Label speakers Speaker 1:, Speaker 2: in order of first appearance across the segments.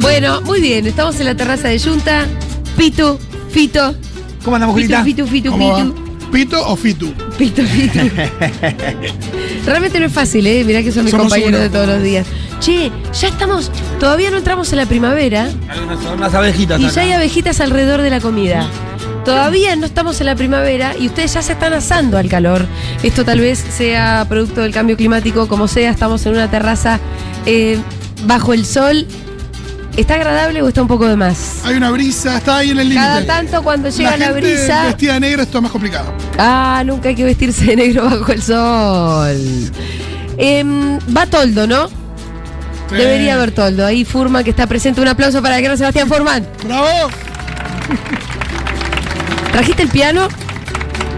Speaker 1: Bueno, muy bien, estamos en la terraza de Junta. Pitu, Fito,
Speaker 2: ¿Cómo andamos,
Speaker 1: Fitu,
Speaker 2: Julita?
Speaker 1: fitu, fitu,
Speaker 2: ¿Cómo va? ¿Pito o Fitu?
Speaker 1: Pitu, Pitu. Realmente no es fácil, ¿eh? Mirá que son mis
Speaker 2: Somos
Speaker 1: compañeros
Speaker 2: uno.
Speaker 1: de todos los días. Che, ya estamos, todavía no entramos en la primavera
Speaker 3: Hay unas, unas abejitas.
Speaker 1: y
Speaker 3: acá.
Speaker 1: ya hay abejitas alrededor de la comida. Todavía no estamos en la primavera y ustedes ya se están asando al calor. Esto tal vez sea producto del cambio climático, como sea, estamos en una terraza eh, bajo el sol. ¿Está agradable o está un poco de más?
Speaker 2: Hay una brisa, está ahí en el límite.
Speaker 1: Cada tanto cuando llega la,
Speaker 2: gente
Speaker 1: brisa.
Speaker 2: vestida de negro, esto es más complicado.
Speaker 1: Ah, nunca hay que vestirse de negro bajo el sol. Em, va Toldo, ¿no?
Speaker 2: Eh,
Speaker 1: Debería haber Toldo. Ahí Furman que está presente. Un aplauso para el gran Sebastián Furman.
Speaker 2: ¡Bravo!
Speaker 1: ¿Trajiste el piano?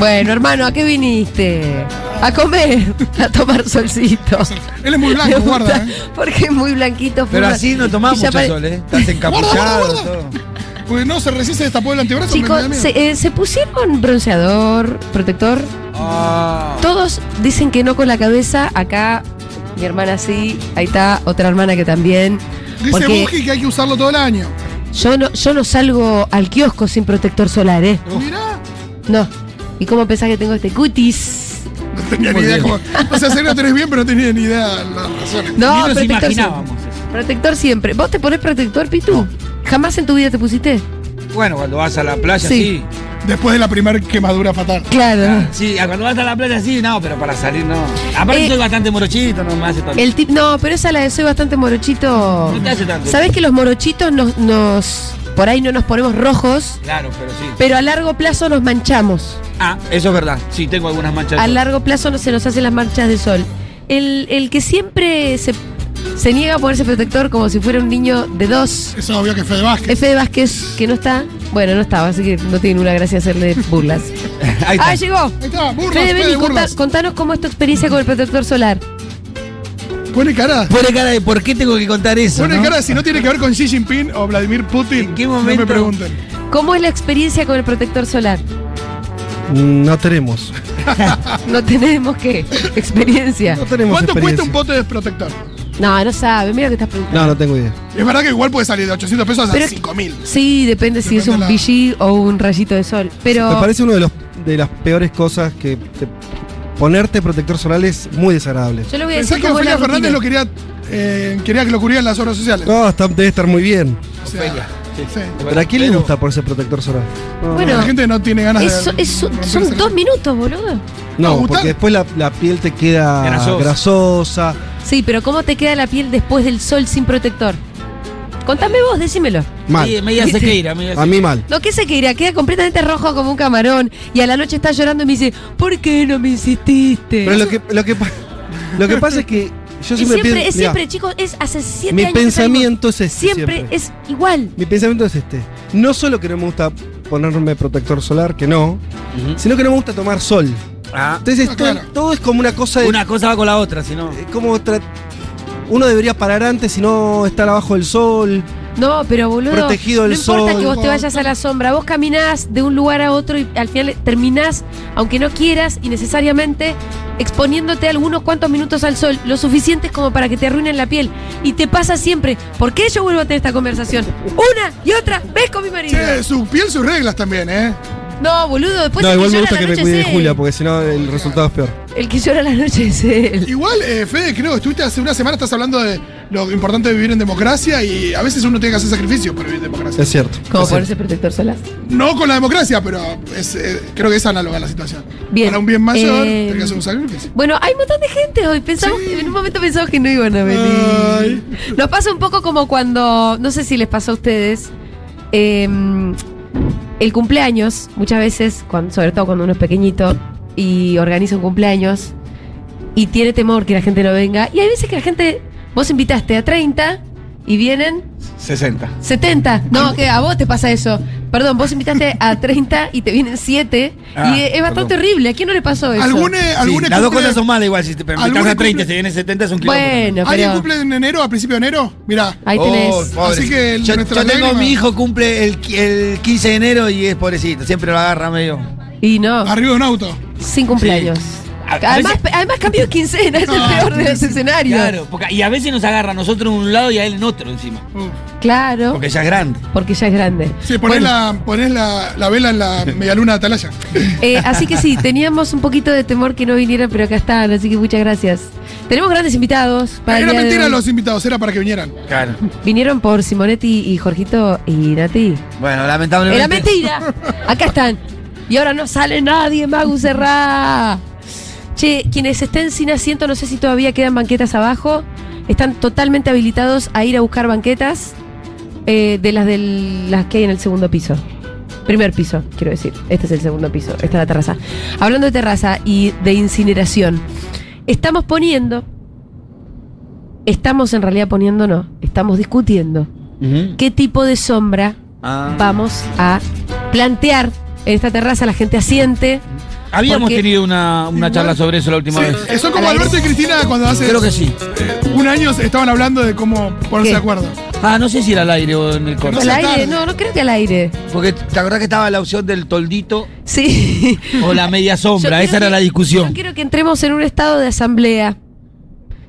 Speaker 1: Bueno, hermano, ¿a qué viniste? A comer, a tomar solcito.
Speaker 2: Él es muy
Speaker 1: Me
Speaker 2: blanco,
Speaker 1: gusta,
Speaker 2: guarda, ¿eh?
Speaker 1: Porque es muy blanquito.
Speaker 3: Pero
Speaker 1: Furman.
Speaker 3: así no tomás
Speaker 1: Y ya
Speaker 3: mucho
Speaker 1: pare-
Speaker 3: sol, ¿eh? Estás encapuchado.
Speaker 2: Guarda, guarda, guarda. Porque no se resiste, se tapó el antebrazo. me- me da
Speaker 1: Chicos,
Speaker 2: miedo.
Speaker 1: ¿se, eh, ¿se pusieron bronceador, protector?
Speaker 3: todo. Ah.
Speaker 1: Todos dicen que no con la cabeza. Acá mi hermana sí, ahí está otra hermana que también.
Speaker 2: Dice
Speaker 1: Porque
Speaker 2: Buji que hay que usarlo todo el año.
Speaker 1: yo no, yo no salgo al kiosco sin protector solar, ¿eh?
Speaker 2: Mirá,
Speaker 1: No. ¿Y cómo pensás que tengo este cutis?
Speaker 2: no tenía ni
Speaker 3: Muy
Speaker 2: idea.
Speaker 3: bien.
Speaker 2: Cómo, o sea, sé que lo tenés bien, pero no tenía ni idea las razones.
Speaker 1: No,
Speaker 3: Ni nos
Speaker 1: protector siempre.
Speaker 3: imaginábamos eso.
Speaker 1: Protector siempre. ¿Vos te pones protector, Pitu? ¿Jamás en tu vida te pusiste?
Speaker 3: Bueno, cuando vas a la playa,
Speaker 1: Sí.
Speaker 3: sí.
Speaker 2: Después de la primera quemadura fatal.
Speaker 1: Claro.
Speaker 3: Sí, ah, cuando vas a la playa, sí, no, pero para salir, no. Aparte,
Speaker 1: Eh,
Speaker 3: soy bastante morochito, no me hace tanto.
Speaker 1: El tip, no, pero esa la de soy bastante morochito.
Speaker 3: No te hace tanto.
Speaker 1: ¿Sabés que los morochitos nos, nos. Por ahí no nos ponemos rojos,
Speaker 3: Claro, pero sí.
Speaker 1: pero a largo plazo nos manchamos.
Speaker 3: Ah, eso es verdad. Sí, tengo algunas manchas.
Speaker 1: a largo plazo no se nos hacen las marchas de sol. El, el que siempre se, se niega a ponerse protector como si fuera un niño de dos.
Speaker 2: Eso es obvio que es Fede Vázquez.
Speaker 1: F de Vázquez, que no está. Bueno, no estaba, así que no tiene una gracia hacerle burlas.
Speaker 3: Ahí está.
Speaker 1: ¡Ah, llegó!
Speaker 2: Ahí está, burlas,
Speaker 1: Fede,
Speaker 2: Fede,
Speaker 1: vení,
Speaker 2: burlas.
Speaker 1: contá- contanos cómo es tu experiencia con el protector solar.
Speaker 2: Pone cara.
Speaker 3: Pone cara de por qué tengo que contar eso.
Speaker 2: Pone
Speaker 3: ¿no?
Speaker 2: cara si no tiene que ver con Xi Jinping o Vladimir Putin.
Speaker 3: ¿En qué
Speaker 2: No me
Speaker 3: momento?
Speaker 2: pregunten.
Speaker 1: ¿Cómo es la experiencia con el protector solar?
Speaker 4: No tenemos.
Speaker 1: No tenemos qué experiencia.
Speaker 4: No tenemos
Speaker 2: ¿Cuánto cuesta
Speaker 4: experiencia.
Speaker 2: un pote desprotector?
Speaker 1: No, no sabe, mira lo que estás preguntando.
Speaker 4: No, no tengo idea.
Speaker 2: Es verdad que igual puede salir de 800 pesos
Speaker 1: Pero
Speaker 2: a
Speaker 1: es que-
Speaker 2: 5000.
Speaker 1: Sí, depende si es un
Speaker 2: Depende
Speaker 1: PG o un rayito de sol.
Speaker 4: Me
Speaker 1: Pero
Speaker 4: parece una de, los- de las peores cosas que te- ponerte protector solar es muy desagradable.
Speaker 1: yo le voy a
Speaker 2: Pensá
Speaker 1: decir
Speaker 2: que
Speaker 1: cómo es la
Speaker 2: Ofelia Fernández
Speaker 1: rutina.
Speaker 2: lo quería, eh, quería que lo cubría en las obras sociales.
Speaker 4: No, está- debe estar muy bien.
Speaker 2: O sea,
Speaker 3: Ofelia, sí.
Speaker 2: sí.
Speaker 4: Pero ¿a quién le gusta ponerse protector solar? No,
Speaker 1: Bueno,
Speaker 2: La gente no tiene ganas
Speaker 1: Es-
Speaker 2: de.
Speaker 1: es- son
Speaker 2: romperse
Speaker 1: son
Speaker 2: la-
Speaker 1: dos minutos, boludo.
Speaker 4: no,
Speaker 2: ¿no gusta?
Speaker 4: porque después la, la piel te queda
Speaker 3: Grasosa.
Speaker 4: grasosa.
Speaker 1: Sí, pero ¿cómo te queda la piel después del sol sin protector? Contame vos, decímelo.
Speaker 4: Mal.
Speaker 3: Sí, media sequeira, media
Speaker 4: A mí mal.
Speaker 1: No, ¿qué se quería? Queda completamente rojo como un camarón y a la noche está llorando y me dice, ¿por qué no me insististe?
Speaker 4: Pero lo que, lo que, pa- lo que pasa es que yo
Speaker 1: Y
Speaker 4: siempre,
Speaker 1: siempre,
Speaker 4: pienso-
Speaker 1: es
Speaker 4: mirá,
Speaker 1: siempre, chicos, es hace siete
Speaker 4: mi
Speaker 1: años. que
Speaker 4: pensamiento es este.
Speaker 1: salimos. siempre, es igual.
Speaker 4: Mi pensamiento es este. No solo que no me gusta ponerme protector solar, que no,
Speaker 3: Ujú.
Speaker 4: sino que no me gusta tomar sol.
Speaker 3: Ah,
Speaker 4: Entonces
Speaker 2: Ah,
Speaker 4: todo,
Speaker 2: claro.
Speaker 4: todo es como una cosa de...
Speaker 3: una cosa va con la otra, si no.
Speaker 4: eh, como tra- uno debería parar antes y no estar abajo del sol.
Speaker 1: No, pero boludo.
Speaker 4: Protegido del
Speaker 1: no importa
Speaker 4: sol.
Speaker 1: que vos te vayas a la sombra. Vos caminás de un lugar a otro y al final terminás, aunque no quieras y necesariamente, exponiéndote algunos cuantos minutos al sol, lo suficientes como para que te arruinen la piel. Y te pasa siempre. ¿Por qué yo vuelvo a tener esta conversación? Una y otra vez con mi marido.
Speaker 2: Che, su piel, sus reglas también, ¿eh?
Speaker 1: No, boludo, después
Speaker 4: no,
Speaker 1: el,
Speaker 4: igual
Speaker 1: que
Speaker 4: me
Speaker 1: llora
Speaker 4: gusta
Speaker 1: la
Speaker 4: que
Speaker 1: noche
Speaker 4: me cuide
Speaker 1: Pues es él.
Speaker 4: Julia, porque si no el resultado es peor.
Speaker 1: El que llora la noche es él.
Speaker 2: Igual, eh, Fede, creo que estuviste hace una semana, estás hablando de lo importante de vivir en democracia y a veces uno tiene que hacer sacrificios para vivir en democracia.
Speaker 4: Es cierto.
Speaker 1: Como
Speaker 4: Es cierto.
Speaker 1: ponerse protector solar.
Speaker 2: No con la democracia, pero es, eh, creo que es análoga la situación.
Speaker 1: Bien.
Speaker 2: Para un bien mayor,
Speaker 1: Eh,
Speaker 2: tenés que hacer un sacrificio.
Speaker 1: Bueno, hay un montón de gente hoy. Pensamos,
Speaker 2: Sí.
Speaker 1: En un momento pensamos que no iban a venir.
Speaker 2: Ay.
Speaker 1: Nos pasa un poco como cuando, no sé si les pasó a ustedes, eh, el cumpleaños, muchas veces, cuando- sobre todo cuando uno es pequeñito y organiza un cumpleaños y tiene temor que la gente no venga. Y hay veces que la gente, vos invitaste a 30 y vienen
Speaker 3: 60.
Speaker 1: 70. No, que a vos te pasa eso. Perdón, vos invitaste a 30 y te vienen 7
Speaker 3: Ah,
Speaker 1: y es bastante
Speaker 3: perdón.
Speaker 1: horrible. ¿A quién no le pasó eso?
Speaker 2: Algune, algune
Speaker 3: Sí, las dos
Speaker 2: cumple-
Speaker 3: cosas son malas igual, si te pero
Speaker 2: Alguna
Speaker 3: invitas a 30
Speaker 2: cumple-
Speaker 3: si viene 70 es un kilómetro.
Speaker 1: Bueno,
Speaker 2: ¿Alguien
Speaker 1: pero
Speaker 2: cumple en enero, a principio de enero? Mirá.
Speaker 1: ahí tenés.
Speaker 3: Oh, pobre.
Speaker 2: Así que
Speaker 3: yo,
Speaker 2: nuestra
Speaker 3: yo tengo
Speaker 2: lágrima-
Speaker 3: mi hijo cumple el, qui- el 15 de enero y es pobrecito, siempre lo agarra medio.
Speaker 1: Y no,
Speaker 2: Ah, Arriba de un auto.
Speaker 1: sin cumpleaños.
Speaker 3: Sí. Ah,
Speaker 5: a- a
Speaker 1: Además,
Speaker 5: veces-
Speaker 1: además cambio de quincena, es el
Speaker 2: No,
Speaker 1: peor de los escenarios.
Speaker 5: Claro, porque- y a veces nos agarra a nosotros en un lado y a él en otro encima.
Speaker 2: Uh,
Speaker 1: Claro,
Speaker 3: Porque ya es grande.
Speaker 1: porque ya es grande.
Speaker 2: Sí, ponés, la, ponés la, la vela en la medialuna de Atalaya.
Speaker 1: Eh, así que sí, teníamos un poquito de temor que no vinieran, pero acá están, así que muchas gracias. Tenemos grandes invitados. para el
Speaker 2: Era
Speaker 1: día de
Speaker 2: mentira
Speaker 1: hoy.
Speaker 2: los invitados, era para que vinieran.
Speaker 3: Claro.
Speaker 1: Vinieron por Simonetti y Jorgito y Nati.
Speaker 3: Bueno,
Speaker 1: Era
Speaker 3: lamentablemente.
Speaker 1: mentira. Acá están. Y ahora no sale nadie, Magu Serra. Che, quienes estén sin asiento, no sé si todavía quedan banquetas abajo. Están totalmente habilitados a ir a buscar banquetas eh, de las del- las que hay en el segundo piso. Primer piso, quiero decir. Este es el segundo piso. Esta es la terraza. Hablando de terraza y de incineración, estamos poniendo. Estamos en realidad poniendo, no. Estamos discutiendo
Speaker 3: Ujú.
Speaker 1: qué tipo de sombra
Speaker 3: Ah.
Speaker 1: vamos a plantear en esta terraza. La gente asiente.
Speaker 5: Habíamos
Speaker 1: Porque-
Speaker 5: tenido una, una charla sobre eso la última
Speaker 2: Sí,
Speaker 5: vez.
Speaker 2: Eso como
Speaker 1: Al aire.
Speaker 2: Alberto y Cristina cuando hace
Speaker 5: Creo que sí.
Speaker 2: un año estaban hablando de cómo
Speaker 1: ¿Qué?
Speaker 2: ponerse de acuerdo.
Speaker 5: Ah, no sé si era al aire o en el corte.
Speaker 2: No
Speaker 1: ¿Al
Speaker 2: sé.
Speaker 1: aire?
Speaker 2: tarde.
Speaker 1: No, no creo que al aire.
Speaker 3: Porque te acordás que estaba la opción del toldito.
Speaker 1: Sí.
Speaker 5: O la media
Speaker 1: Yo
Speaker 5: sombra,
Speaker 1: quiero
Speaker 5: esa era
Speaker 1: que-
Speaker 5: la
Speaker 1: Yo
Speaker 5: discusión.
Speaker 1: quiero que entremos en un estado de asamblea.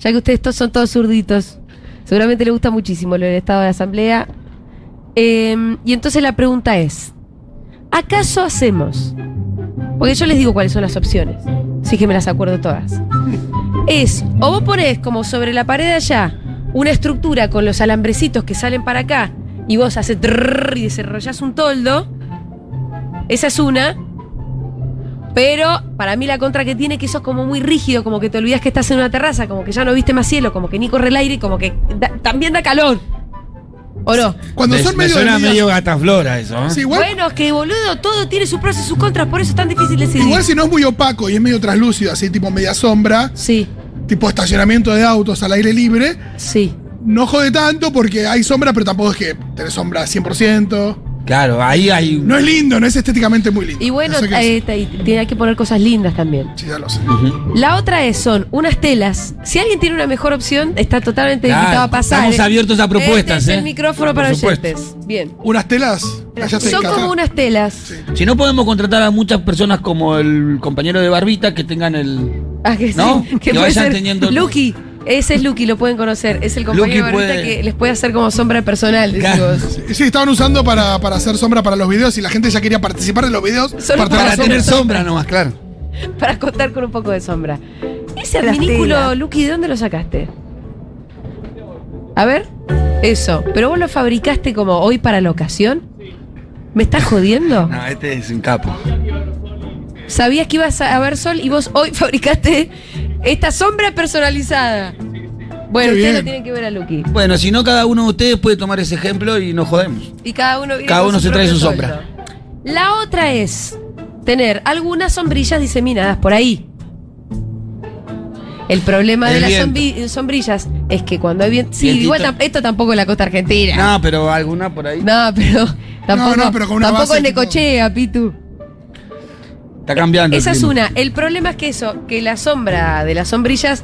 Speaker 1: Ya que ustedes todos son todos zurditos. Seguramente les gusta muchísimo lo del estado de asamblea. Eh, y entonces la pregunta es: ¿acaso hacemos? Porque yo les digo cuáles son las opciones. Sí que me las acuerdo todas. Es, o vos ponés como sobre la pared de allá una estructura con los alambrecitos que salen para acá y vos haces trrr y desarrollás un toldo. Esa es una. Pero para mí la contra que tiene es que eso es como muy rígido, como que te olvidas que estás en una terraza, como que ya no viste más cielo, como que ni corre el aire, como que da- también da calor. ¿O no?
Speaker 2: Cuando
Speaker 3: Me-
Speaker 2: son
Speaker 3: me
Speaker 2: medio
Speaker 3: suena
Speaker 2: desvíos-
Speaker 3: medio gataflora eso. ¿eh?
Speaker 2: Sí, igual,
Speaker 1: Bueno, es que boludo, todo tiene sus pros y sus contras, por eso es tan difícil decidir.
Speaker 2: igual si no es muy opaco y es medio traslúcido, así tipo media sombra,
Speaker 1: Sí,
Speaker 2: tipo estacionamiento de autos al aire libre,
Speaker 1: sí.
Speaker 2: no jode tanto porque hay sombra, pero tampoco es que tenés sombra 100%.
Speaker 3: Claro, ahí hay.
Speaker 2: No es lindo, no es estéticamente muy lindo.
Speaker 1: Y bueno,
Speaker 2: Eso que
Speaker 1: eh, te- te- hay que poner cosas lindas también.
Speaker 2: sí, ya lo sé.
Speaker 3: Ujú.
Speaker 1: La otra es, son unas telas. Si alguien tiene una mejor opción, está totalmente
Speaker 3: Claro,
Speaker 1: invitado a pasar.
Speaker 5: estamos
Speaker 1: ¿eh?
Speaker 5: abiertos a propuestas,
Speaker 1: Este es el
Speaker 5: ¿eh?
Speaker 1: micrófono
Speaker 5: Por
Speaker 1: para
Speaker 5: supuesto.
Speaker 1: oyentes. Bien.
Speaker 2: Unas telas, allá se
Speaker 1: Son como unas telas.
Speaker 5: Si no podemos contratar a muchas personas como el compañero de Barbita que tengan el.
Speaker 1: Ah, que sí.
Speaker 5: ¿No?
Speaker 1: Que
Speaker 5: Que
Speaker 1: puede
Speaker 5: vayan
Speaker 1: ser
Speaker 5: teniendo-
Speaker 1: Lucky. Ese es Lucky, lo pueden conocer. Es el compañero de
Speaker 5: Lucky
Speaker 1: Barbita
Speaker 5: puede-
Speaker 1: que les puede hacer como sombra personal, decís
Speaker 5: Claro.
Speaker 1: vos.
Speaker 2: Sí, estaban usando para, para hacer sombra para los videos y la gente ya quería participar de los videos.
Speaker 1: Solo para
Speaker 3: Para
Speaker 2: para tener sombra.
Speaker 3: tener sombra nomás, claro.
Speaker 1: Para contar con un poco de sombra. Ese
Speaker 6: Las
Speaker 1: minículo,
Speaker 6: telas.
Speaker 1: Lucky, ¿de dónde lo sacaste? A ver, eso. ¿Pero vos lo fabricaste como hoy para la ocasión? ¿Me estás jodiendo?
Speaker 3: No, este es un capo.
Speaker 1: Sabías que ibas a haber sol y vos hoy fabricaste esta sombra personalizada. Bueno, ustedes
Speaker 2: Qué
Speaker 1: lo
Speaker 2: bien.
Speaker 1: tienen que ver a Lucky.
Speaker 3: Bueno, si no, cada uno de ustedes puede tomar ese ejemplo y nos jodemos.
Speaker 1: Y cada uno viene
Speaker 3: Cada
Speaker 1: con
Speaker 3: uno se trae
Speaker 1: propio
Speaker 3: su
Speaker 1: sueldo.
Speaker 3: sombra.
Speaker 1: La otra es tener algunas sombrillas diseminadas por ahí. El problema
Speaker 3: El
Speaker 1: de las
Speaker 3: viento.
Speaker 1: sombri- sombrillas es que cuando hay viento. Sí,
Speaker 5: Vientito.
Speaker 1: igual tam- esto tampoco es la costa argentina.
Speaker 3: No, pero alguna por ahí.
Speaker 1: No, pero tampoco,
Speaker 2: no, pero con una
Speaker 1: tampoco
Speaker 2: base
Speaker 1: en
Speaker 2: tipo-
Speaker 1: Necochea, Pitu.
Speaker 3: Está cambiando. el
Speaker 1: Esa es
Speaker 3: clima.
Speaker 1: una. El problema es que eso, que la sombra de las sombrillas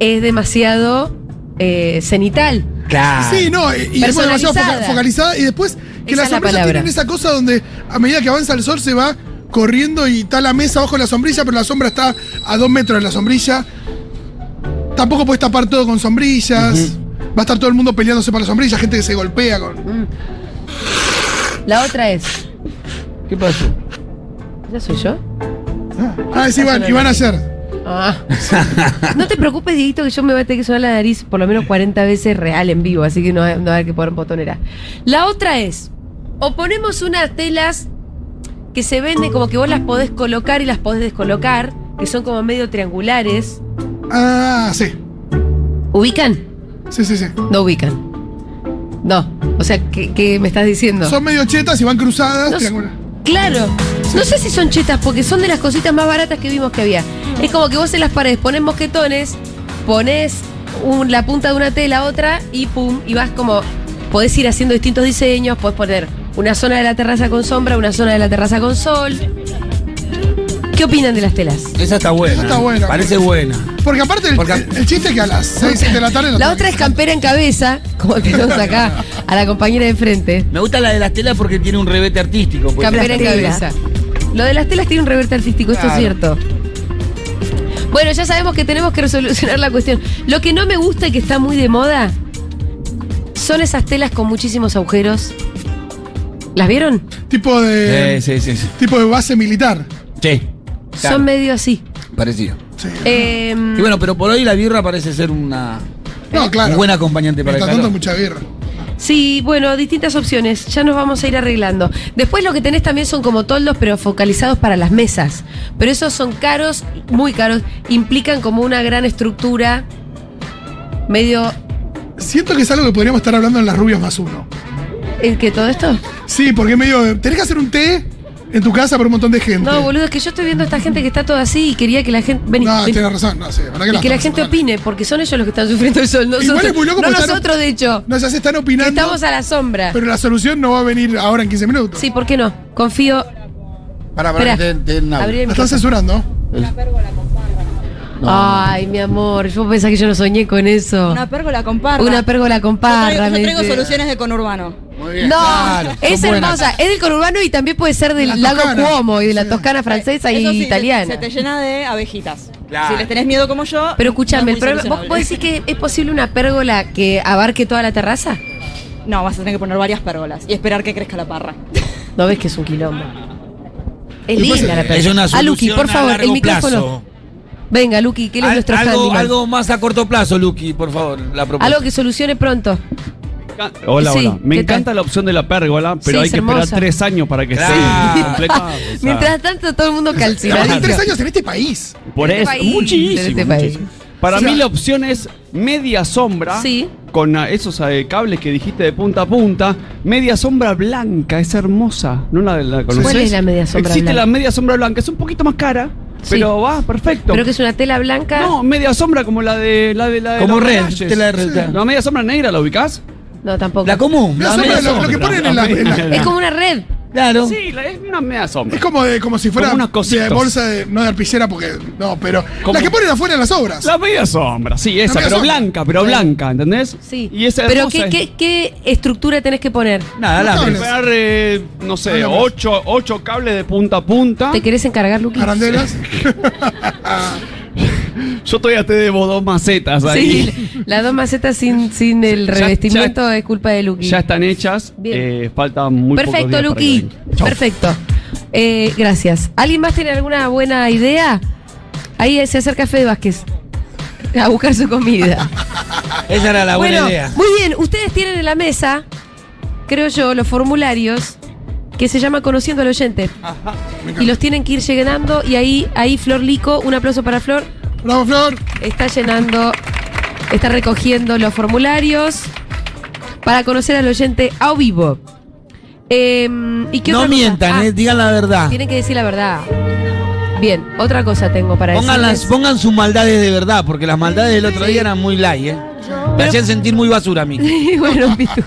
Speaker 1: es demasiado eh, cenital.
Speaker 3: Claro.
Speaker 2: Sí, no, y- y es demasiado
Speaker 1: Personalizada.
Speaker 2: foca- focalizada. Y después, que
Speaker 1: Esa
Speaker 2: las
Speaker 1: es la
Speaker 2: sombrillas
Speaker 1: palabra.
Speaker 2: tienen esa cosa donde a medida que avanza el sol se va corriendo y está la mesa abajo de la sombrilla, pero la sombra está a dos metros de la sombrilla. Tampoco puedes tapar todo con sombrillas. Va a estar todo el mundo peleándose por la sombrilla, gente que se golpea con.
Speaker 1: Mm. La otra es.
Speaker 3: ¿Qué pasó?
Speaker 1: ¿Ya soy yo?
Speaker 2: Ah, sí, Iván, Iván ayer.
Speaker 1: Ah. No te preocupes, Dieguito, que yo me voy a tener que sonar la nariz por lo menos 40 veces real en vivo, así que no, no va a haber que poner botonera. La otra es, o ponemos unas telas que se venden como que vos las podés colocar y las podés descolocar, que son como medio triangulares.
Speaker 2: Ah, sí.
Speaker 1: ¿Ubican?
Speaker 2: Sí, sí, sí.
Speaker 1: No ubican. No, o sea, ¿qué, qué me estás diciendo?
Speaker 2: Son medio chetas y van cruzadas.
Speaker 1: No,
Speaker 2: triangular.
Speaker 1: Claro. No sé si son chetas porque son de las cositas más baratas que vimos que había. Es como que vos en las paredes pones mosquetones, pones un- la punta de una tela a otra y pum, y vas como. Podés ir haciendo distintos diseños, podés poner una zona de la terraza con sombra, una zona de la terraza con sol. ¿Qué opinan de las telas?
Speaker 3: Esa está buena.
Speaker 2: Esa está buena.
Speaker 3: Parece buena.
Speaker 2: Porque aparte, el,
Speaker 3: Porque-
Speaker 2: el chiste es que a las 6, 7 de la tarde.
Speaker 1: La otra es campera en cabeza, como tenemos acá a la compañera de frente.
Speaker 5: Me gusta la de las telas porque tiene un revete artístico. pues.
Speaker 1: Campera en
Speaker 6: Las
Speaker 1: cabeza.
Speaker 6: telas.
Speaker 1: Lo de las telas tiene un reverte artístico, esto es
Speaker 3: Claro.
Speaker 1: cierto. Bueno, ya sabemos que tenemos que resolucionar la cuestión. Lo que no me gusta y que está muy de moda son esas telas con muchísimos agujeros. ¿Las vieron?
Speaker 2: Tipo de.
Speaker 3: Sí, sí, sí. Sí.
Speaker 2: Tipo de base militar.
Speaker 3: Sí, claro,
Speaker 1: Son medio así.
Speaker 3: parecido.
Speaker 2: Sí.
Speaker 1: Eh,
Speaker 3: Y bueno, pero por hoy la birra parece ser una
Speaker 2: no,
Speaker 3: un
Speaker 2: claro.
Speaker 3: buen acompañante para el
Speaker 2: Está
Speaker 3: calor.
Speaker 2: tonto mucha guerra.
Speaker 1: Sí, bueno, distintas opciones. Ya nos vamos a ir arreglando. Después lo que tenés también son como toldos, pero focalizados para las mesas. Pero esos son caros, muy caros. Implican como una gran estructura. Medio.
Speaker 2: Siento que es algo que podríamos estar hablando en las rubias más uno.
Speaker 1: ¿En qué todo esto?
Speaker 2: Sí, porque es medio. de- Tenés que hacer un té en tu casa para un montón de gente.
Speaker 1: No, boludo, es que yo estoy viendo a esta gente que está toda así y quería que la gente. Vení,
Speaker 2: No,
Speaker 1: vení.
Speaker 2: tenés razón. No, sí, verdad que
Speaker 1: y que la
Speaker 2: estamos
Speaker 1: gente
Speaker 2: haciendo mal.
Speaker 1: opine, porque son ellos los que están sufriendo el sol. Nosotros,
Speaker 2: Igual es muy loco
Speaker 1: no
Speaker 2: porque están-
Speaker 1: nosotros, de hecho.
Speaker 2: No, ya se están
Speaker 1: que
Speaker 2: opinando.
Speaker 1: estamos a la sombra.
Speaker 2: Pero la solución no va a venir ahora en 15 minutos.
Speaker 1: Sí, ¿por qué no? Confío.
Speaker 5: Para,
Speaker 1: Espera. Abrí el
Speaker 2: La están
Speaker 1: micrófono.
Speaker 2: censurando.
Speaker 1: Ay, mi amor, yo pensaba que yo no soñé con eso.
Speaker 6: Una pérgola con parra.
Speaker 1: Una pérgola con parra,
Speaker 6: Yo traigo, yo traigo
Speaker 1: mentira.
Speaker 6: soluciones de conurbano.
Speaker 1: No, es hermosa. Es del conurbano y también puede ser del
Speaker 2: La
Speaker 1: lago
Speaker 2: Toscana.
Speaker 1: Cuomo y de la
Speaker 2: Sí.
Speaker 1: Toscana francesa y
Speaker 6: Eh, Eso sí, se-
Speaker 1: italiana.
Speaker 6: Se te llena de abejitas.
Speaker 5: Claro.
Speaker 6: Si les tenés miedo como yo.
Speaker 1: Pero
Speaker 6: no
Speaker 1: escúchame,
Speaker 6: es
Speaker 1: el
Speaker 6: muy
Speaker 1: problema, ¿vos, vos decís
Speaker 6: solucionable.
Speaker 1: que es posible una pérgola que abarque toda la terraza?
Speaker 6: No, vas a tener que poner varias pérgolas y esperar que crezca la parra.
Speaker 1: No ves que es un quilombo. Es
Speaker 2: Después,
Speaker 1: linda la
Speaker 2: eh,
Speaker 1: pérgola.
Speaker 5: Es una
Speaker 1: Ah, Luqui,
Speaker 5: solución
Speaker 1: por favor,
Speaker 5: a largo
Speaker 1: el micrófono.
Speaker 5: plazo.
Speaker 1: Venga, Luqui, que él es
Speaker 5: Al-
Speaker 1: nuestro
Speaker 5: algo,
Speaker 1: handyman.
Speaker 5: algo más a corto plazo, Luqui, por favor, la propuesta.
Speaker 1: Algo que solucione pronto.
Speaker 7: Hola,
Speaker 1: Sí,
Speaker 7: hola. Me
Speaker 1: ¿qué tal?
Speaker 7: encanta la opción de la pérgola, pero
Speaker 1: Sí,
Speaker 7: hay
Speaker 1: es
Speaker 7: que esperar
Speaker 1: hermosa.
Speaker 7: tres años para que
Speaker 5: Claro.
Speaker 7: esté completa. O sea,
Speaker 1: Mientras tanto, todo el mundo
Speaker 2: Trabajan tres
Speaker 1: calcinadito.
Speaker 2: años en este país.
Speaker 7: por
Speaker 1: este
Speaker 7: eso,
Speaker 1: país,
Speaker 7: muchísimo,
Speaker 1: en este país.
Speaker 7: muchísimo. Para
Speaker 2: Sí.
Speaker 7: mí la opción es media sombra
Speaker 1: Sí.
Speaker 7: con ah, esos eh, cables que dijiste de punta a punta, media sombra blanca, es hermosa, ¿no la, la conoces?
Speaker 1: ¿Cuál es la media sombra
Speaker 7: Existe
Speaker 1: blanca?
Speaker 7: la media sombra blanca, es un poquito más cara,
Speaker 1: Sí.
Speaker 7: pero va, perfecto.
Speaker 1: Pero que es una tela blanca.
Speaker 7: No, media sombra como la de la de la de
Speaker 5: Como
Speaker 7: los
Speaker 5: red,
Speaker 7: Miralles.
Speaker 5: tela de red, claro.
Speaker 7: No, media sombra negra, ¿la ubicás?
Speaker 1: No, tampoco.
Speaker 5: La común.
Speaker 2: La
Speaker 5: la
Speaker 2: sombra,
Speaker 5: media
Speaker 2: lo, lo que
Speaker 5: sombra.
Speaker 2: ponen en la. en la-
Speaker 1: Es como una red.
Speaker 5: Claro.
Speaker 7: Sí, la- es una media sombra.
Speaker 2: es como, de, como si fuera
Speaker 7: Como unos
Speaker 2: de
Speaker 7: cositos.
Speaker 2: bolsa de. No de arpillera porque. No, pero.
Speaker 7: Como-
Speaker 2: Las que ponen afuera en las obras.
Speaker 7: La media sombra, sí, esa,
Speaker 2: media
Speaker 7: pero
Speaker 2: sombra.
Speaker 7: blanca, pero blanca, ¿entendés?
Speaker 1: Sí.
Speaker 7: Y esa
Speaker 1: Pero
Speaker 7: hermosa
Speaker 1: ¿qué,
Speaker 7: es-
Speaker 1: qué, qué estructura tenés que poner?
Speaker 5: Nada,
Speaker 2: No
Speaker 5: alambre.
Speaker 2: cables.
Speaker 7: Esperar, eh, no sé,
Speaker 2: Hola, pues.
Speaker 7: ocho, ocho cables de punta a punta.
Speaker 1: ¿Te querés encargar, Luqui?
Speaker 2: Arandelas.
Speaker 7: Yo todavía te debo dos macetas ahí.
Speaker 1: Sí, las dos macetas sin, sin el
Speaker 7: Ya-
Speaker 1: revestimiento
Speaker 7: ya-
Speaker 1: es culpa de Luqui.
Speaker 7: Ya están hechas,
Speaker 1: Bien.
Speaker 7: eh, faltan muy
Speaker 1: Perfecto,
Speaker 7: pocos días para que
Speaker 1: Luqui.
Speaker 7: vengan. Chau.
Speaker 1: Perfecto. Eh, gracias. ¿Alguien más tiene alguna buena idea? Ahí se acerca Fede Vázquez a buscar su comida.
Speaker 5: Esa era la Ah, buena
Speaker 1: bueno,
Speaker 5: idea.
Speaker 1: muy bien. Ustedes tienen en la mesa, creo yo, los formularios que se llama Conociendo al Oyente. Y los tienen que ir llenando. Y ahí, ahí Flor Lico, un aplauso para Flor,
Speaker 2: Bravo, Flor.
Speaker 1: está llenando, está recogiendo los formularios para conocer al oyente a vivo. Em, ¿y qué
Speaker 5: No
Speaker 1: otra cosa?
Speaker 5: mientan,
Speaker 1: Ah,
Speaker 5: eh, digan la verdad.
Speaker 1: Tienen que decir la verdad. Bien, otra cosa tengo para
Speaker 5: Pongan, las-
Speaker 1: decirles.
Speaker 5: pongan sus maldades de verdad, porque las maldades del otro día eran muy light, ¿eh? Me hacían sentir muy basura a mí.
Speaker 1: Bueno, Pitu.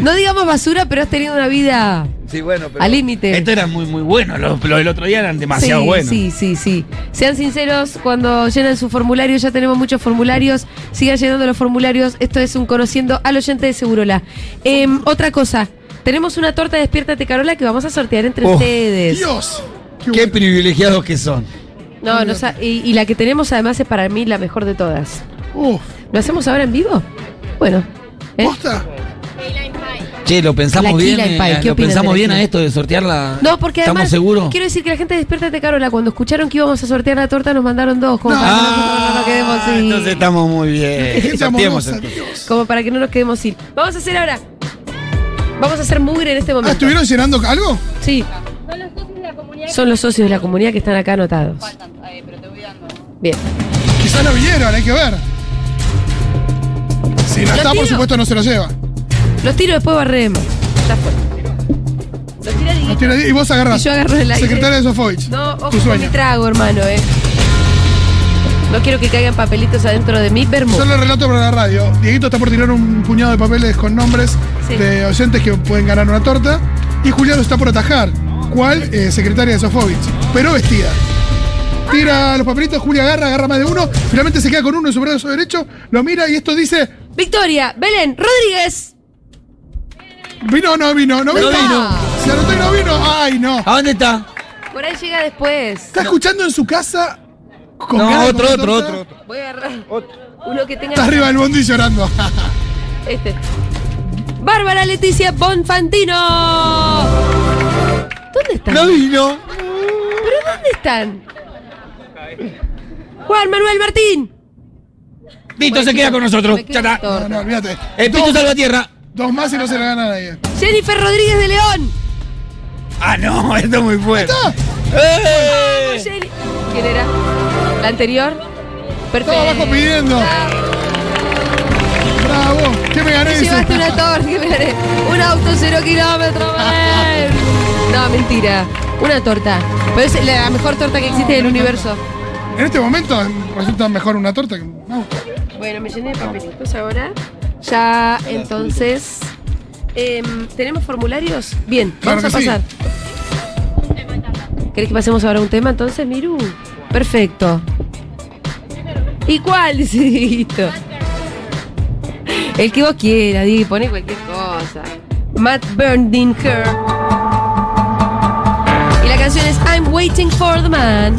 Speaker 1: No digamos basura, pero has tenido una vida
Speaker 5: Sí, bueno,
Speaker 1: al límite.
Speaker 5: Esto era muy, muy bueno. Los, los del otro día eran demasiado
Speaker 1: sí,
Speaker 5: buenos.
Speaker 1: Sí, sí, sí. Sean sinceros cuando llenan su formulario, ya tenemos muchos formularios, sigan llenando los formularios. Esto es un conociendo al oyente de Segurola. Em, otra cosa, tenemos una torta de Despiértate Carola que vamos a sortear entre
Speaker 5: Oh,
Speaker 1: ustedes.
Speaker 2: Dios.
Speaker 5: Qué
Speaker 2: bueno.
Speaker 5: privilegiados que son.
Speaker 1: No, no sa- y, y la que tenemos además es para mí la mejor de todas.
Speaker 2: Uf.
Speaker 1: ¿Lo hacemos ahora en vivo? Bueno. ¿eh?
Speaker 2: ¿Posta?
Speaker 5: Che, lo pensamos
Speaker 1: La
Speaker 5: bien.
Speaker 1: Kila y
Speaker 5: eh,
Speaker 1: Pai, ¿qué
Speaker 5: lo
Speaker 1: opinan de
Speaker 5: pensamos
Speaker 1: la
Speaker 5: bien
Speaker 1: Kila?
Speaker 5: a esto de sortearla.
Speaker 1: No, porque además
Speaker 5: ¿Estamos seguros?
Speaker 1: quiero decir que la gente de Despiértate Carola, cuando escucharon que íbamos a sortear la torta, nos mandaron dos, como
Speaker 2: No. Ah,
Speaker 1: para que nosotros no nos quedemos sin-
Speaker 5: Entonces estamos muy
Speaker 2: Qué
Speaker 5: bien. Sorteemos
Speaker 2: amorosa,
Speaker 5: entonces.
Speaker 2: Dios.
Speaker 1: Como para que no nos quedemos sin. Vamos a hacer ahora. Vamos a hacer mugre en este
Speaker 2: Ah,
Speaker 1: momento.
Speaker 2: ¿estuvieron llenando algo?
Speaker 1: Sí. Son los socios de la comunidad que están acá anotados. Bien.
Speaker 2: Quizás lo vinieron, hay que ver. Si no
Speaker 1: Lo
Speaker 2: está, por
Speaker 1: tiro.
Speaker 2: supuesto, no se lo lleva.
Speaker 1: Los tiro después barremos. Ya fue. Los tira Dieguito.
Speaker 2: No tiene- Y vos agarrás.
Speaker 1: Y yo agarro el aire.
Speaker 2: Secretaria de Sofovich.
Speaker 1: No, ojo
Speaker 2: tu
Speaker 1: con mi
Speaker 2: sueño.
Speaker 1: trago, hermano, eh. No quiero que caigan papelitos adentro de mi vermú.
Speaker 2: Solo relato para la radio. Dieguito está por tirar un puñado de papeles con nombres
Speaker 1: Sí.
Speaker 2: de oyentes que pueden ganar una torta. Y Julián lo está por atajar. ¿Cuál? Eh, secretaria de Sofovich. Pero vestida. Tira los papelitos, Julia agarra, agarra más de uno. Finalmente se queda con uno en su brazo derecho. Lo mira y esto dice:
Speaker 1: Victoria, Belén, Rodríguez.
Speaker 2: Vino, no vino, no vino.
Speaker 1: vino.
Speaker 2: Se anotó y no vino. Ay, no.
Speaker 5: ¿A dónde está?
Speaker 1: Por ahí llega después.
Speaker 2: Está escuchando en su casa Con
Speaker 5: No,
Speaker 2: ganas de
Speaker 5: otro,
Speaker 2: comer
Speaker 5: otro,
Speaker 2: torta,
Speaker 5: otro, otro.
Speaker 1: Voy a agarrar uno que tenga.
Speaker 2: Está arriba del bondi llorando.
Speaker 1: Este. Bárbara Leticia Bonfantino. ¿Dónde están?
Speaker 5: No vino.
Speaker 1: ¿Pero dónde están? Juan Manuel Martín.
Speaker 5: Tito se queda con nosotros.
Speaker 1: Me
Speaker 5: Ya
Speaker 1: queda
Speaker 5: está.
Speaker 1: torta.
Speaker 2: No, no, olvídate.
Speaker 5: El Tito Salvatierra.
Speaker 2: Dos más y no se la gana a nadie.
Speaker 1: Jennifer Rodríguez de León.
Speaker 5: Ah, no, esto es muy fuerte.
Speaker 1: Vamos, Jenny. ¿Quién era? ¿La anterior? Perfecto.
Speaker 2: Estaba abajo pidiendo. Bravo. ¿Qué me gané?
Speaker 1: Te
Speaker 2: dice?
Speaker 1: llevaste una torta, que me gané. Un auto cero kilómetro, Manuel. No, mentira. Una torta. Pero es la mejor torta que existe en el universo.
Speaker 2: En este momento resulta mejor una torta que un auto.
Speaker 1: Bueno, me llené de papelitos ahora. Ya, entonces. em, ¿Tenemos formularios? Bien,
Speaker 2: Claro
Speaker 1: vamos a
Speaker 2: que sí.
Speaker 1: pasar. ¿Querés que pasemos ahora a un tema entonces, Miru? Perfecto. ¿Y cuál? Dice Dieguito. El que vos quieras, Diego, poné cualquier cosa. Matt Berninger. Y la canción es I'm Waiting for the Man.